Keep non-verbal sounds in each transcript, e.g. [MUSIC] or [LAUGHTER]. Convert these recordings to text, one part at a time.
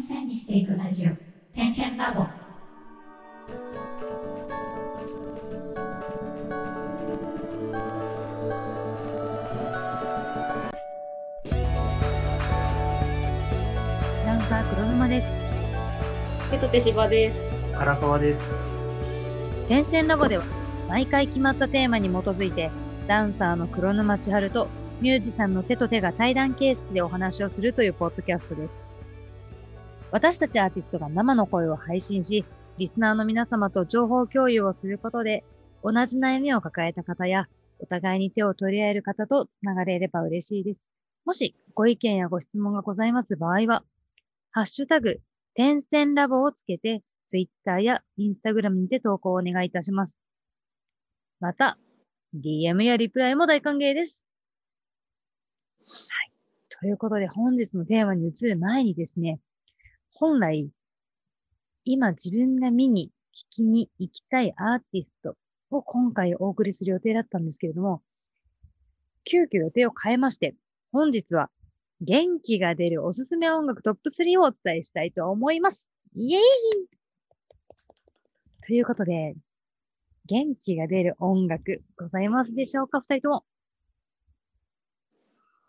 線にしていくラジオ点線ラボダンサー黒沼です。手と手芝です。荒川です。変遷ラボでは毎回決まったテーマに基づいてダンサーの黒沼千春とミュージシャンの手と手が対談形式でお話をするというポッドキャストです。私たちアーティストが生の声を配信し、リスナーの皆様と情報共有をすることで、同じ悩みを抱えた方や、お互いに手を取り合える方とつながれれば嬉しいです。もしご意見やご質問がございます場合は、ハッシュタグ、点線ラボをつけて、ツイッターやインスタグラムにて投稿をお願いいたします。また、DM やリプライも大歓迎です。はい。ということで、本日のテーマに移る前にですね、本来、今自分が見に、聞きに行きたいアーティストを今回お送りする予定だったんですけれども、急遽予定を変えまして、本日は元気が出るおすすめ音楽トップ3をお伝えしたいと思います。イエイということで、元気が出る音楽ございますでしょうか、二人とも。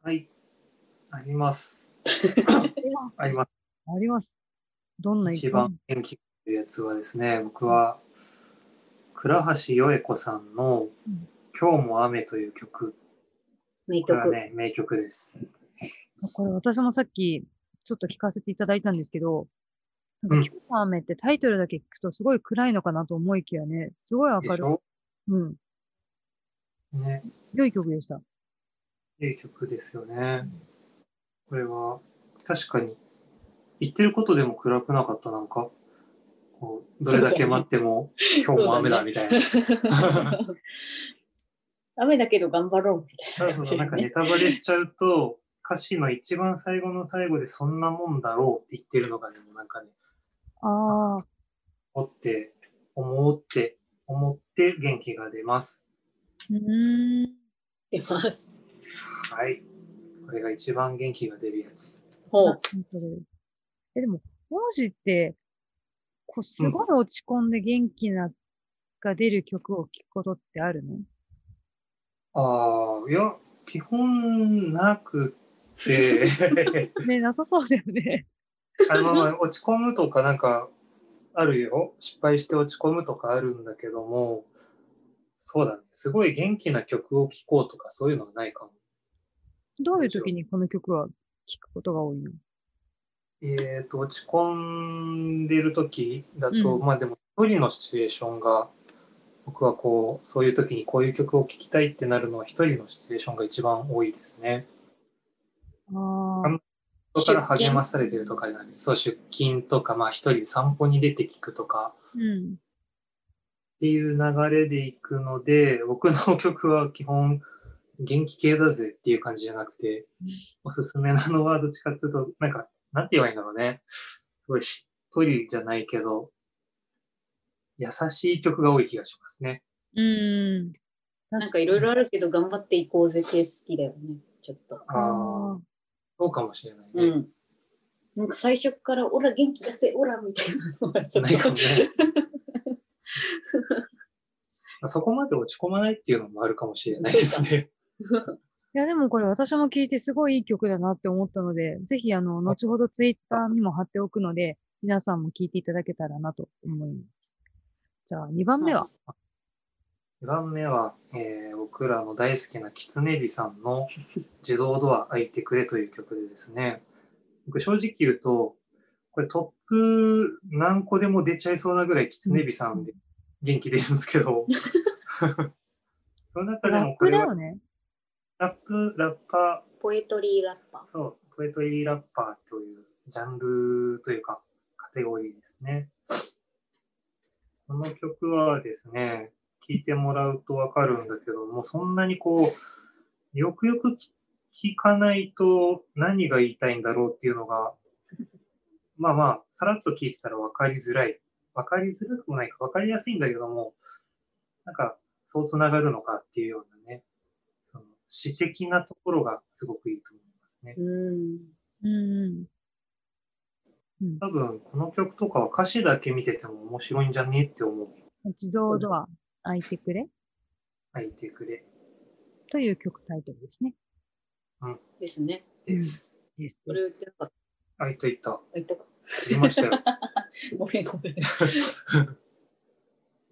はい。あります。あります。あります。あります。どんな一番元気というやつはですね、僕は倉橋よえ子さんのうん「今日も雨」という曲、名これ曲。はね、名曲です。これ私もさっきちょっと聞かせていただいたんですけど、なうんんか今日の雨ってタイトルだけ聞くとすごい暗いのかなと思いきやね、すごいで明るしい。ょうん。ね、良い曲でした。いい曲ですよね。これは確かに言ってることでも暗くなかった、なんか。こうどれだけ待っても今日も雨だみたいな。雨だけど頑張ろうみたいそうそうそう、なんかネタバレしちゃうと、歌詞の一番最後の最後でそんなもんだろうって言ってるのがね、もうなんかね、ああ、思って、思って、思って元気が出ます。うーん。な。出ます。はい。これが一番元気が出るやつ。ほあう。本当ですえ、でも、文字って、こう、すごい落ち込んで元気な、が出る曲を聴くことってあるのああ、いや、基本なくて、ね、なさそうだよね。あの、落ち込むとかなんか、あるよ。失敗して落ち込むとかあるんだけども、そうだね。すごい元気な曲を聴こうとか、そういうのはないかも。 [LAUGHS] どういう時にこの曲は聴くことが多いのえー、と落ち込んでる時だと、うんまあでも一人のシチュエーションが僕はこうそういう時にこういう曲を聴きたいってなるのは一人のシチュエーションが一番多いですね。あああ、だから励まされてるとかじゃなくてそう出勤とかまあ一人で散歩に出て聞くとかうん。っていう流れでいくので僕の曲は基本元気系だぜっていう感じじゃなくておすすめなのはどっちかっていうとなんかなんて言えばいいんだろうねすごいしっとりじゃないけど優しい曲が多い気がしますねうん。なんかいろいろあるけど頑張っていこうぜ系好きだよね。ちょっと。ああああ。そうかもしれないうね、ん。なんか最初から、オラ元気出せ、オラみたいなのがちょっないかともねそ [LAUGHS] こまで落ち込まないっていうのもあるかもしれないですねいや、でもこれ私も聴いてすごいいい曲だなって思ったので、ぜひ、あの、後ほどツイッターにも貼っておくので、皆さんも聴いていただけたらなと思います。じゃあ、2番目は、 2番目は、えー僕らの大好きなキツネビさ [LAUGHS] んの「自動ドア開いてくれ」という曲でですね僕正直言うとこれトップ何個でも出ちゃいそうなぐらいキツネビさんで元気出るんです [LAUGHS] けどその中でラもッこプれだはよね。ラップラッパポエトリーラッパーそうポエトリーラッパーというジャンルというかカテゴリーですねこの曲はですね聞いてもらうとわかるんだけども、そんなにこう、よくよく聞聞かないと何が言いたいんだろうっていうのが、 [LAUGHS] まあまあ、さらっと聞いてたらわかりづらい。わかりづらくもないか、わかりやすいんだけども、なんか、そうつながるのかっていうようなね、その、詩的なところがすごくいいと思いますね。ー。うん。うんうん。うん多分この曲とかは歌詞だけ見てても面白いんじゃねって思う。自動ドア開いてくれ書いてくれという曲タイトルですね。ですね。です。です。それを言ってなかった。あ、いたいた。あ言ったか。言いましたよ。ごめんごめん。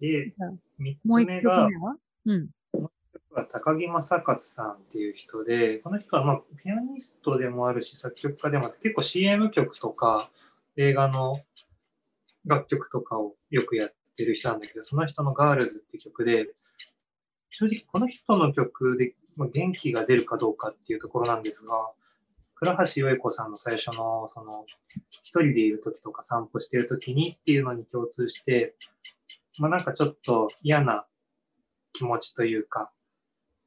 でう、三つもう一目曲目が、はうん。高木正勝さんっていう人で、この人はまあピアニストでもあるし、作曲家でもあって、結構 CM 曲とか映画の楽曲とかをよくやってる人なんだけど、その人のガールズって曲で、正直この人の曲でまあ元気が出るかどうかっていうところなんですが、倉橋よえ子さんの最初の、その、一人でいる時とか散歩してる時にっていうのに共通して、まあなんかちょっと嫌な気持ちというか、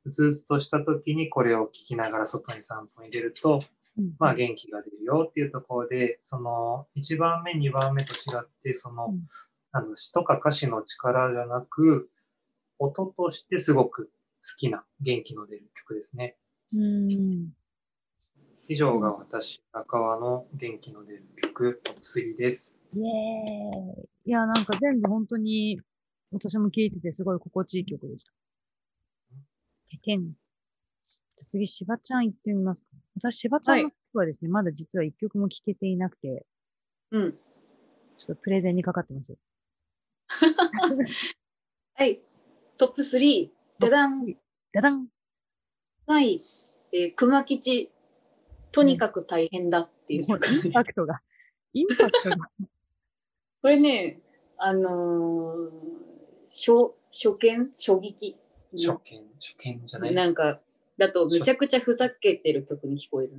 うつうつとした時にこれを聞きながら外に散歩に出ると、うんまあ元気が出るよっていうところで、その1番目、2番目と違って、その、うんあの詩とか歌詞の力じゃなく、音としてすごく好きな元気の出る曲ですね。うん。以上が私、赤川の元気の出る曲、トップ3です。イエーイ。いや、なんか全部本当に、私も聴いててすごい心地いい曲でした。てけん。じゃあ次、しばちゃん行ってみますか。私、しばちゃんの曲はですね、まだ実は一曲も聴けていなくて、うん。ちょっとプレゼンにかかってます。はい。トップ3。ダダン。ダダン3位、えー熊吉。とにかく大変だっていうもう曲インパクトが。 [LAUGHS] インパクトが。これね、あのー、初、初見初撃初見、初見じゃない。なんか、だとめちゃくちゃふざけてる曲に聞こえる。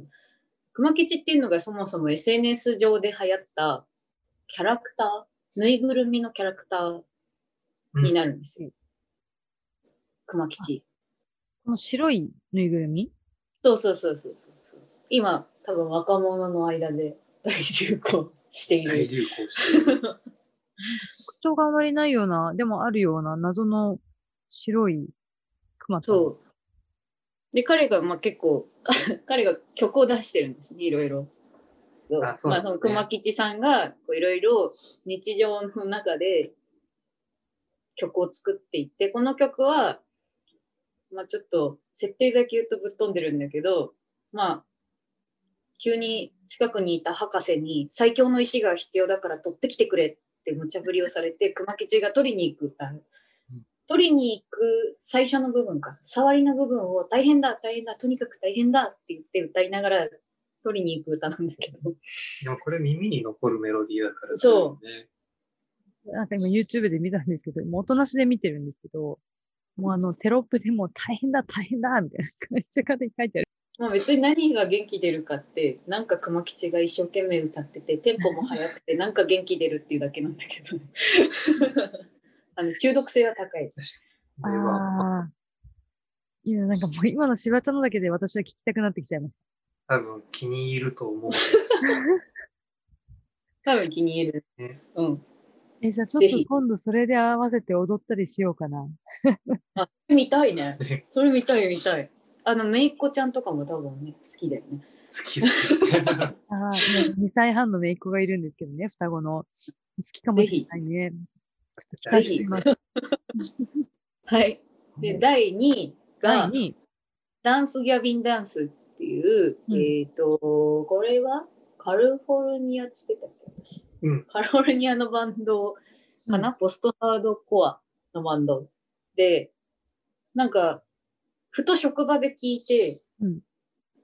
熊吉っていうのがそもそも SNS 上で流行ったキャラクター、ぬいぐるみのキャラクターになるんですよ。熊吉。この白いぬいぐるみそうそうそうそうそうそう。今、多分若者の間で大流行してい大る。流行して [LAUGHS] る。特徴があまりないような、でもあるような謎の白い熊さん。そう。で、彼が、まあ、結構、 [LAUGHS] 彼が曲を出してるんですね、いろいろ。あそうまなんだあ、そねの熊吉さんが、こういろいろ日常の中で曲を作っていって、この曲は、まあ、ちょっと、設定だけ言うとぶっ飛んでるんだけど、まあ、急に近くにいた博士に最強の石が必要だから取ってきてくれって無茶ぶりをされて、熊吉が取りに行く歌取りに行く最初の部分か、触りの部分を大変だ、大変だ、とにかく大変だって言って歌いながら取りに行く歌なんだけど、 [LAUGHS] でもこれ耳に残るメロディーだから、。そうね、なんか今 YouTube で見たんですけど、もうおとなしで見てるんですけど、もうあのテロップでもう大変だ大変だみたいな [LAUGHS] 感じで書いてある。まあ別に何が元気出るかって、なんか熊吉が一生懸命歌ってて、テンポも速くて、なんか元気出るっていうだけなんだけど、 [LAUGHS] あの中毒性は高い。これはあ。いや、なんかもう今のしばちゃんのだけで私は聞きたくなってきちゃいまし多分気に入ると思う。 [LAUGHS] 多分気に入るね。うん。た。え、じゃあちょぜっとひ今度それで合わせて踊ったりしようかな。あ、見たい [LAUGHS] ねね。それ見たい見たい。あの、めいっ子ちゃんとかも多分ね、好きだよね。好き好き。ああ、2歳半の姪っ子がいるんですけどね、双子の。好きかもしれないね。ぜひちょっと期待していますはい。で、第2位第が、 2位。ダンスギャビンダンスっていう、うんえっ、と、これはカリフォルニアっつってたっけ私うんカリフォルニアのバンドかな、ポストハードコアのバンド。で、なんか、ふと職場で聞いて、うん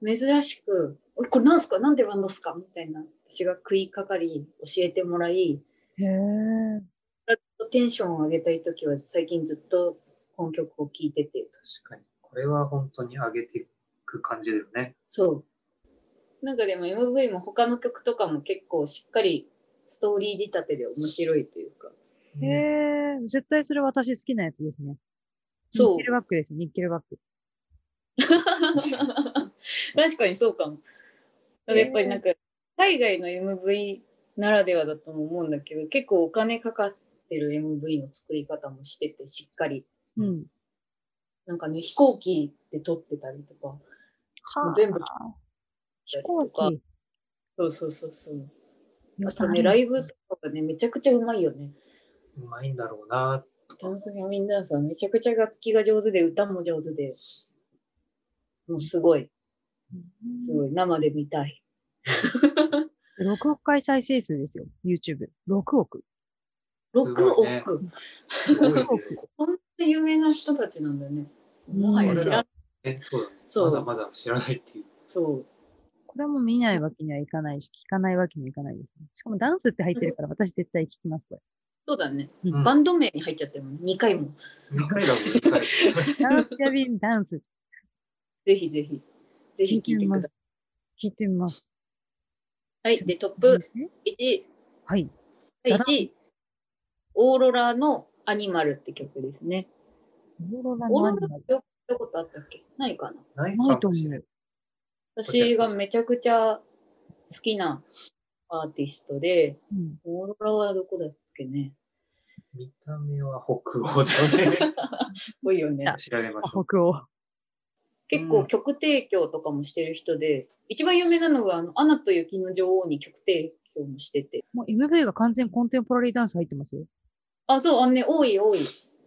珍しく、おいこれなんすかなんでバンドっすかみたいな、私が食いかかり教えてもらい、へえ。テンションを上げたい時は最近ずっとこの曲を聴いてて、確かに。これは本当に上げていく感じだよね。そう。なんかでも MV も他の曲とかも結構しっかりストーリー仕立てで面白いというか。へえ、絶対それ私好きなやつですね。そうニッケルバックですよ、ニッケルバック。 [LAUGHS] 確かにそうかも。なんかやっぱりなんか海外の MV ならではだとも思うんだけど、結構お金かかってる MV の作り方もしててしっかり。うん。なんかね、飛行機で撮ってたりとか。は全部飛行とか機。そうそうそうそう。やっぱね、ライブとかね、めちゃくちゃうまいよね。うまいんだろうな。ダンスフェミンダンサー、めちゃくちゃ楽器が上手で、歌も上手で、もうすごい、すごい、生で見たい。 6億回再生数ですよ、YouTube。6億。 6ご億、いねすごいね。こんな有名な人たちなんだよね。もはや知らない。え、 [LAUGHS] そうだね。そまう、だまだ知らないっていう。そう。これはもう見ないわけにはいかないし、聞かないわけにはいかないですね。しかもダンスって入ってるから、私絶対聞きます、これ。そうだね、うんバンド名に入っちゃってるもん、2回も。 2回だもん、2回。ダンスやビンダンス。ぜひぜひ、ぜひ聞いてください。聞いてみます。はい、で、トップ1、はい。第1位、オーロラのアニマルって曲ですね。オーロラオーのアロニラマルってよ聞いたことあったっけないかな。ないかないと思もしれない。う。私がめちゃくちゃ好きなアーティストで、うん、オーロラはどこだっけね。見た目は北欧だね。多いよね。調べまあしょう。北欧。結う構ん曲提供とかもしてる人で、一番有名なのが、あの、アナと雪の女王に曲提供もしてて。もう MV が完全コンテンポラリーダンス入ってますよ。あ、そう、あのね、多い多い。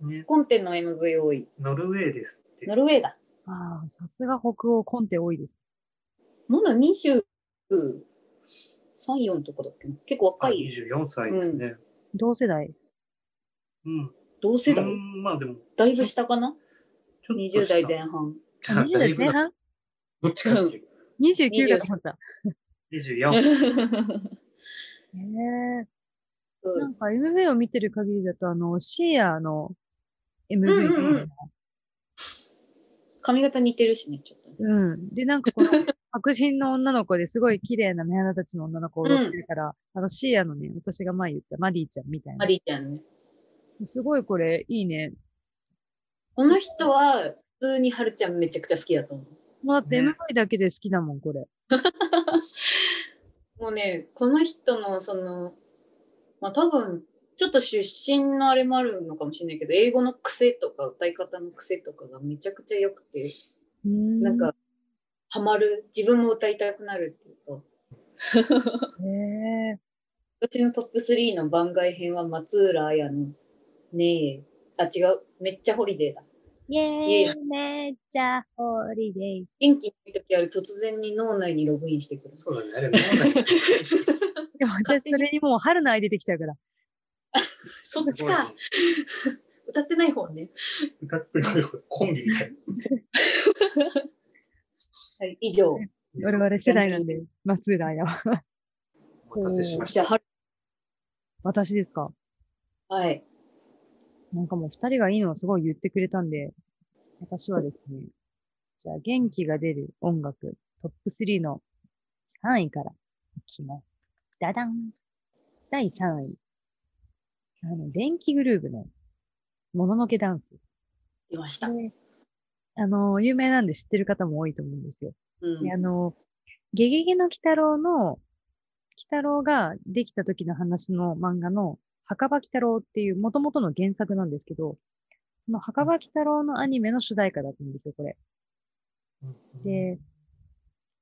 ね、コンテの MV 多い。ノルウェーですって。ノルウェーだ。ああ、さすが北欧コンテ多いです。まだ23、4とかだっけな結構あ若い。 24歳ですね。同世代。うん。同世代、うんまあでも、だいぶ下かなちょっとした。 20代前 [LAUGHS] 半。ああ20 [LAUGHS] だ代いぶ前だ半どっちかっていう。 ?29 だと思った。 24。へえそうなんか MV を見てる限りだと、あの、シーアのうんうん MV 髪型似てるしね、ちょっとね。うん。で、なんかこの、白人の女の子ですごい綺麗な目鼻立ちの女の子を踊ってるから、あの、シーアのね、私が前言ったマディちゃんみたいマな。リーちゃんね。すごいこれ、いいね。この人は、普通にハルちゃんめちゃくちゃ好きだと思もうだってね MV だけで好きだもん、これ。う。もうね、この人の、その、まあ多分、ちょっと出身のあれもあるのかもしれないけど、英語の癖とか歌い方の癖とかがめちゃくちゃ良くて、ななん、か、ハマる。自分も歌いたくなるっていうか、へえ私のトップ3の番外編は松浦綾の、ねえ、あ、違う、めっちゃホリデーだ。イイェェーイ、めっちゃホリデイ。元気ない時ある突然に脳内にログインしてくる。そうだね。あれ、脳 [LAUGHS] 内にでも私、それにもう春の愛出てきちゃうから。そっちか。歌ってない方ね。歌ってるよコンビみたいな。はい、以上。我々世代なんで、松浦やは。お待たせしましじゃあ、た。はる私ですかはい。なんかもう二人がいいのをすごい言ってくれたんで、私はですね、じゃあ元気が出る音楽、トップ3の3位からいきます。ダダン第3位。あの、電気グルーブの、もののけダンス。出ました。であの、有名なんで知ってる方も多いと思うんですよ。うんで、あの、ゲゲゲの鬼太郎の、鬼太郎ができた時の話の漫画の、墓場鬼太郎っていう元々の原作なんですけど、その墓場鬼太郎のアニメの主題歌だったんですよ、これ。で、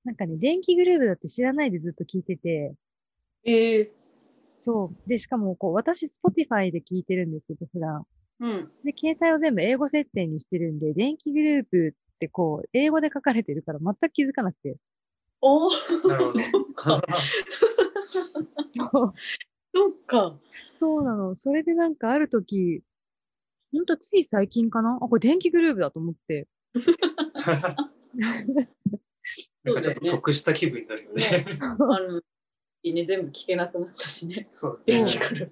なんかね、電気グルーブだって知らないでずっと聞いてて、ええそう。で、しかも、こう、私、Spotify で聞いてるんですけど、普段。うん。で、携帯を全部英語設定にしてるんで、電気グループってこう、英語で書かれてるから全く気づかなく [LAUGHS] て。おお、なるほど。そっか。そうなの。それでなんかある時、ほんとつい最近かなあ、これ電気グルーブだと思って。 [LAUGHS] なんかちょっと得した気分になるよね。あの、いいね、全部聞けなくなったしね。そうだ電ね。気から。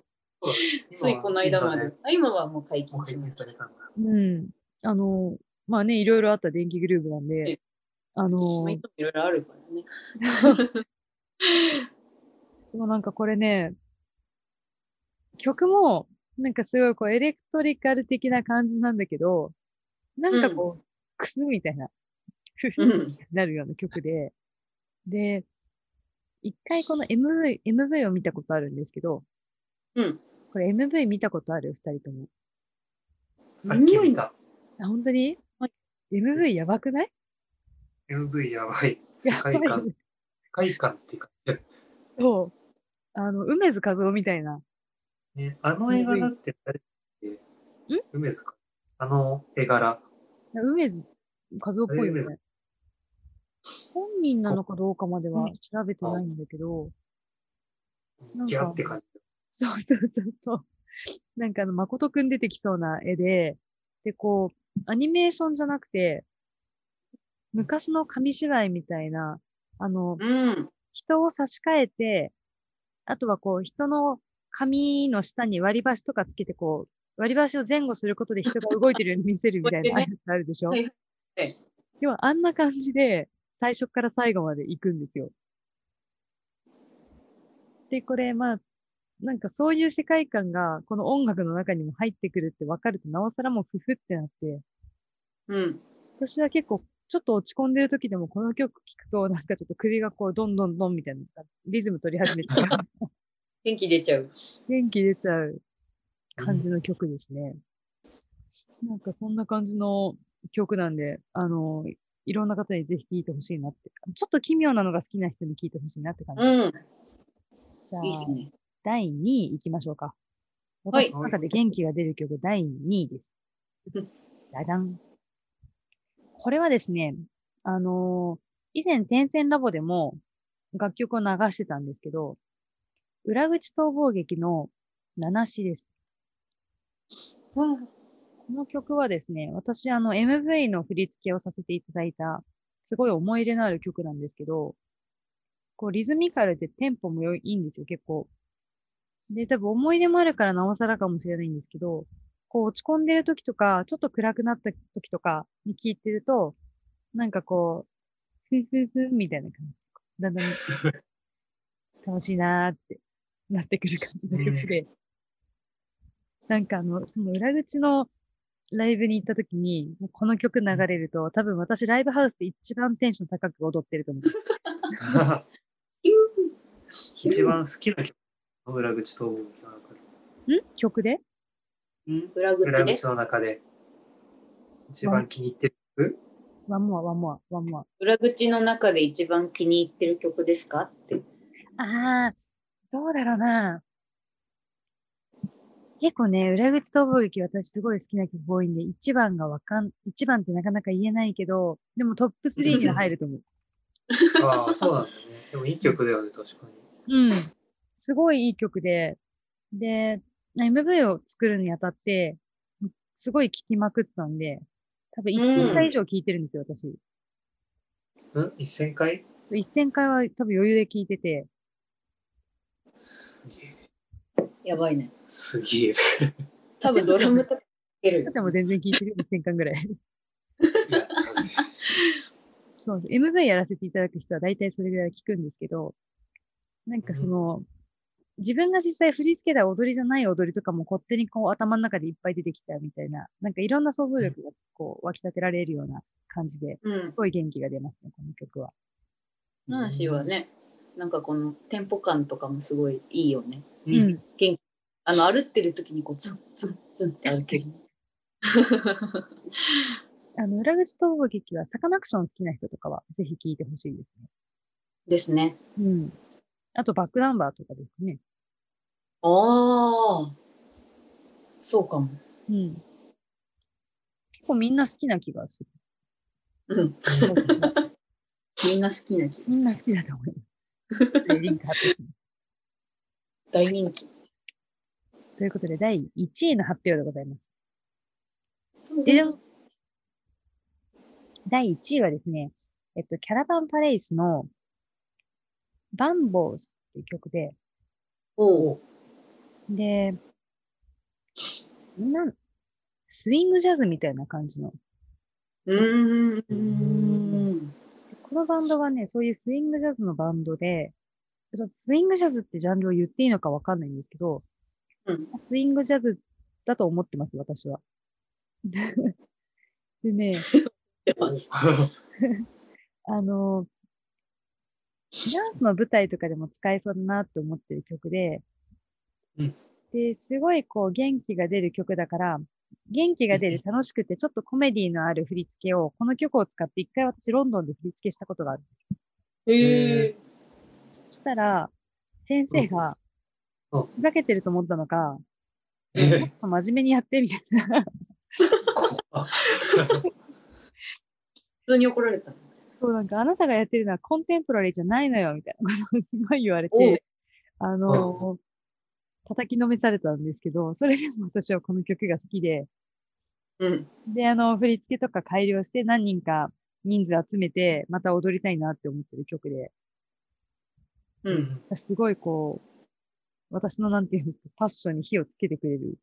つそうだねいこの間まで。。あ今はもう解今ねもう禁し解ま禁しさたれ。たんだ。うん。あの、まあね、いろいろあった電気グルーブなんえでえ、あの、まあいでろいろあるからね。もなんかこれね、曲も、なんかすごいこうエレクトリカル的な感じなんだけど、なんかこう、くすみたいな、ふふうんなるような曲で、で、一回この MV, MV を見たことあるんですけど、うん。これ MV 見たことある二人とも。さっき見た。あ、本当に、はい ?MV やばくない MV やばい。世やば界い。観。世界観っていうか、そう。あの、梅津和夫みたいな。ね、あの絵柄って誰だっけ梅津か。あの絵柄。梅津和夫っぽいよ梅ね津。本人なのかどうかまでは調べてないんだけど、なんかギャって感じ。そうそうそうそう。なんかあの、誠くん出てきそうな絵で、で、こう、アニメーションじゃなくて、昔の紙芝居みたいな、あの、うん。人を差し替えて、あとはこう、人の紙の下に割り箸とかつけて、こう、割り箸を前後することで人が動いてるように見せるみたいこうなややっつあるでしょ、はいはい要はあんな感じで、最初から最後まで行くんですよ。で、これ、まあ、なんかそういう世界観が、この音楽の中にも入ってくるって分かると、なおさらもうふふってなって、うん。私は結構、ちょっと落ち込んでる時でもこの曲聴くと、なんかちょっと首がこう、どんどんどんみたいな、リズム取り始め [LAUGHS] て、元気出ちゃう。元気出ちゃう感じの曲ですね。なんかそんな感じの曲なんで、あの、いろんな方にぜひ聴いてほしいなって。ちょっと奇妙なのが好きな人に聴いてほしいなって感じ。うん。じゃあ、いいっすね。第2位行きましょうか。はい私の中で元気が出る曲第2位です [LAUGHS] うん。ダダン。これはですね、あのー以前天線ラボでも楽曲を流してたんですけど、裏口逃亡劇の七詩です。この曲はですね、私、あの、MV の振り付けをさせていただいた、すごい思い入れのある曲なんですけど、こう、リズミカルでテンポも良いいいんですよ、結構。で、多分思い出もあるからなおさらかもしれないんですけど、こう、落ち込んでる時とか、ちょっと暗くなった時とかに聴いてると、なんかこう、ふんふんふんみたいな感じ。だんだん、楽しいなーってなってくる感じの曲で。なんかあの、その裏口のライブに行った時に、もうこの曲流れると、多分私ライブハウスで一番テンション高く踊ってると思う。一番好きな曲。裏口とん曲で裏口裏ね口。の中で。一番気に入ってる。ワンモア、ワンモア、ワンモア。裏口の中で一番気に入ってる曲ですかって。あー、どうだろうな。結構ね、裏口逃亡劇私すごい好きな曲多いんで、一番がわかん、一番ってなかなか言えないけど、でもトップ3には入ると思う。ああ、そうなんだね。でもいい曲だよね、確かに。うん。すごいいい曲で、で、MV を作るにあたって、すごい聴きまくったんで、多分1000回以上聴いてるんですよ、私。うん ?1000 回1000回は多分余裕で聴いてて、すげえ。やばいね。す [LAUGHS] げえ。多分ドラムとかける歌。 [LAUGHS] でも全然聴いてるよ、1000回ぐらい。いやそうですねそう、MV やらせていただく人は大体それぐらい聞くんですけど、なんかその、自分が実際振り付けた踊りじゃない踊りとかも勝手にこう頭の中でいっぱい出てきちゃうみたいな、なんかいろんな想像力がこう湧き立てられるような感じで、うんす。ごい元気が出ますね、この曲は。ナンシーはね、なんかこのテンポ感とかもすごいいいよね。う。うん [LAUGHS] ん。あの歩ってる時にこうツンツンツンって歩ける。あの、裏口逃亡劇はサカナクション好きな人とかはぜひ聴いてほしいです [LAUGHS] ですね。ね。うん。あとバックナンバーとかですね。ああ。そうかも。うん。結構みんな好きな気がす [LAUGHS] る。うん。みんな好きな気みんな好きだと思い [LAUGHS] ます。リンク貼っておきます大人気。ということで、第1位の発表でございます。第1位はですね、えっと、キャラバンパレイスのバンボーズっていう曲で、おう。で、なん、スイングジャズみたいな感じの。うーん。このバンドはね、そういうスイングジャズのバンドで、ちょっとスイングジャズってジャンルを言っていいのかわかんないんですけど、うんスイングジャズだと思ってます、私は。 [LAUGHS] でね、出ますあの、ダンスの舞台とかでも使えそうだなって思ってる曲で、うんで、すごいこう元気が出る曲だから、元気が出る楽しくてちょっとコメディのある振り付けを、この曲を使って一回私ロンドンで振り付けしたことがあるんですよ。へえ。そしたら、先生がうんふざけてると思ったのか、もっえと真面目にやってみたいな。普通に怒られた。そう、なんかあなたがやってるのはコンテンポラリーじゃないのよ、みたいなことをすごい言われおうて、あの、叩きのめされたんですけど、それでも私はこの曲が好きで、うん。で、あの、振り付けとか改良して何人か人数集めて、また踊りたいなって思ってる曲で、うん。すごいこう、私のなんていうんですか、パッションに火をつけてくれる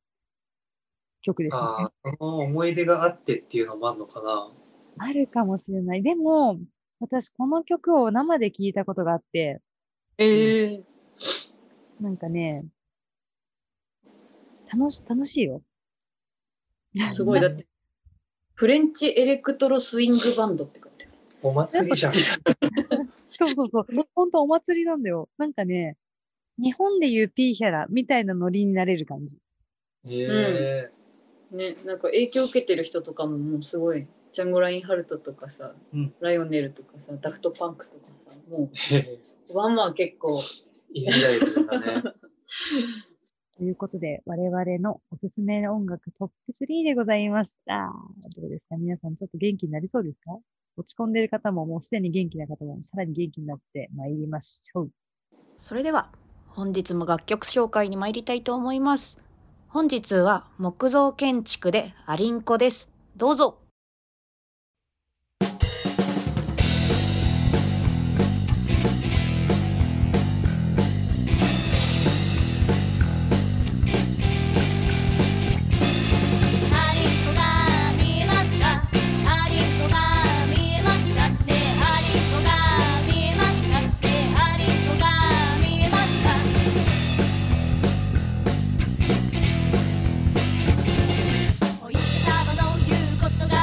曲ですね。ああ、その思い出があってっていうのもあるのかな。あるかもしれない。でも、私この曲を生で聴いたことがあって、ええなんかね、楽し、楽しいよ。すごい。だって、フレンチエレクトロスイングバンドって書いてある。お祭りじゃん。そうそうそう。ほんとお祭りなんだよ。なんかね、日本でいうピーヒャラみたいなノリになれる感じ。ええね、なんか影響受けてる人とかももうすごい、ジャンゴ・ラインハルトとかさ、うんライオネルとかさ、ダフト・パンクとかさ、もへへう、ワンマン結構、イメージライブだね。ということで、我々のおすすめの音楽トップ3でございました。どうですか皆さんちょっと元気になりそうですか落ち込んでる方ももうすでに元気な方もさらに元気になってまいりましょう。それでは本日も楽曲紹介に参りたいと思います。本日は木造建築でアリンコです。どうぞ。アリンコが見えますかアリンコが見えますかってアリンコが見えますかってアリンコが見えますかおいしさの言うことが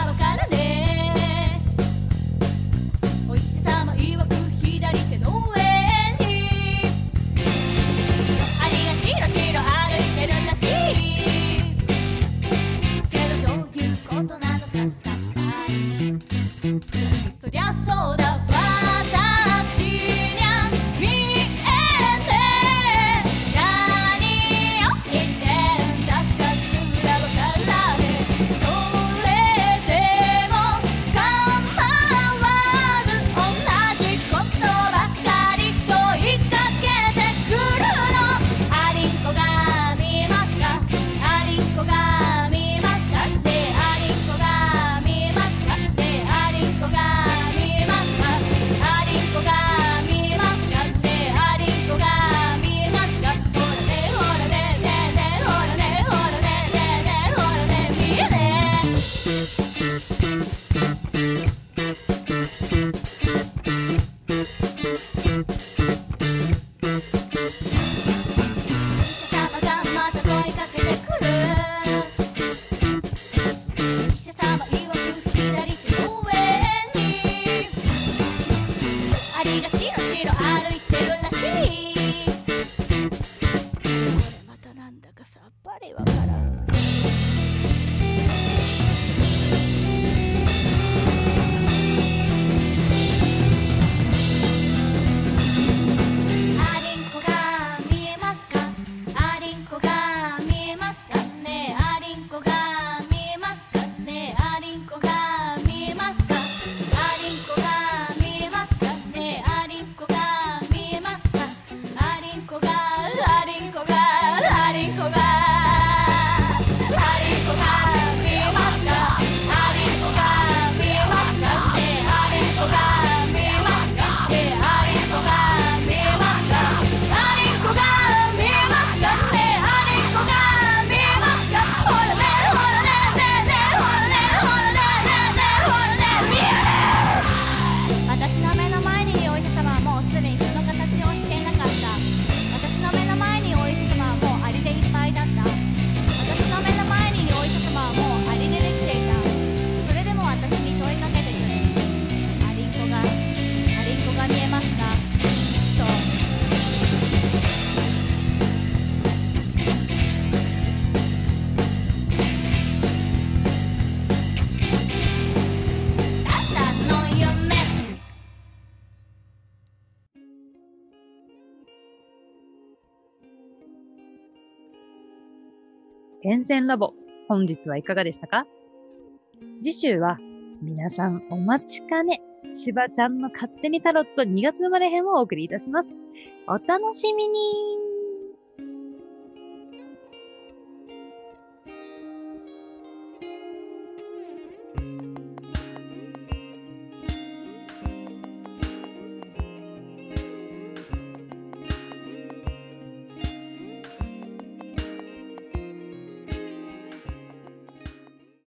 天線ラボ。本日はいかがでしたか次週は、皆さんお待ちかね、しばちゃんの勝手にタロット2月生まれ編をお送りいたします。お楽しみに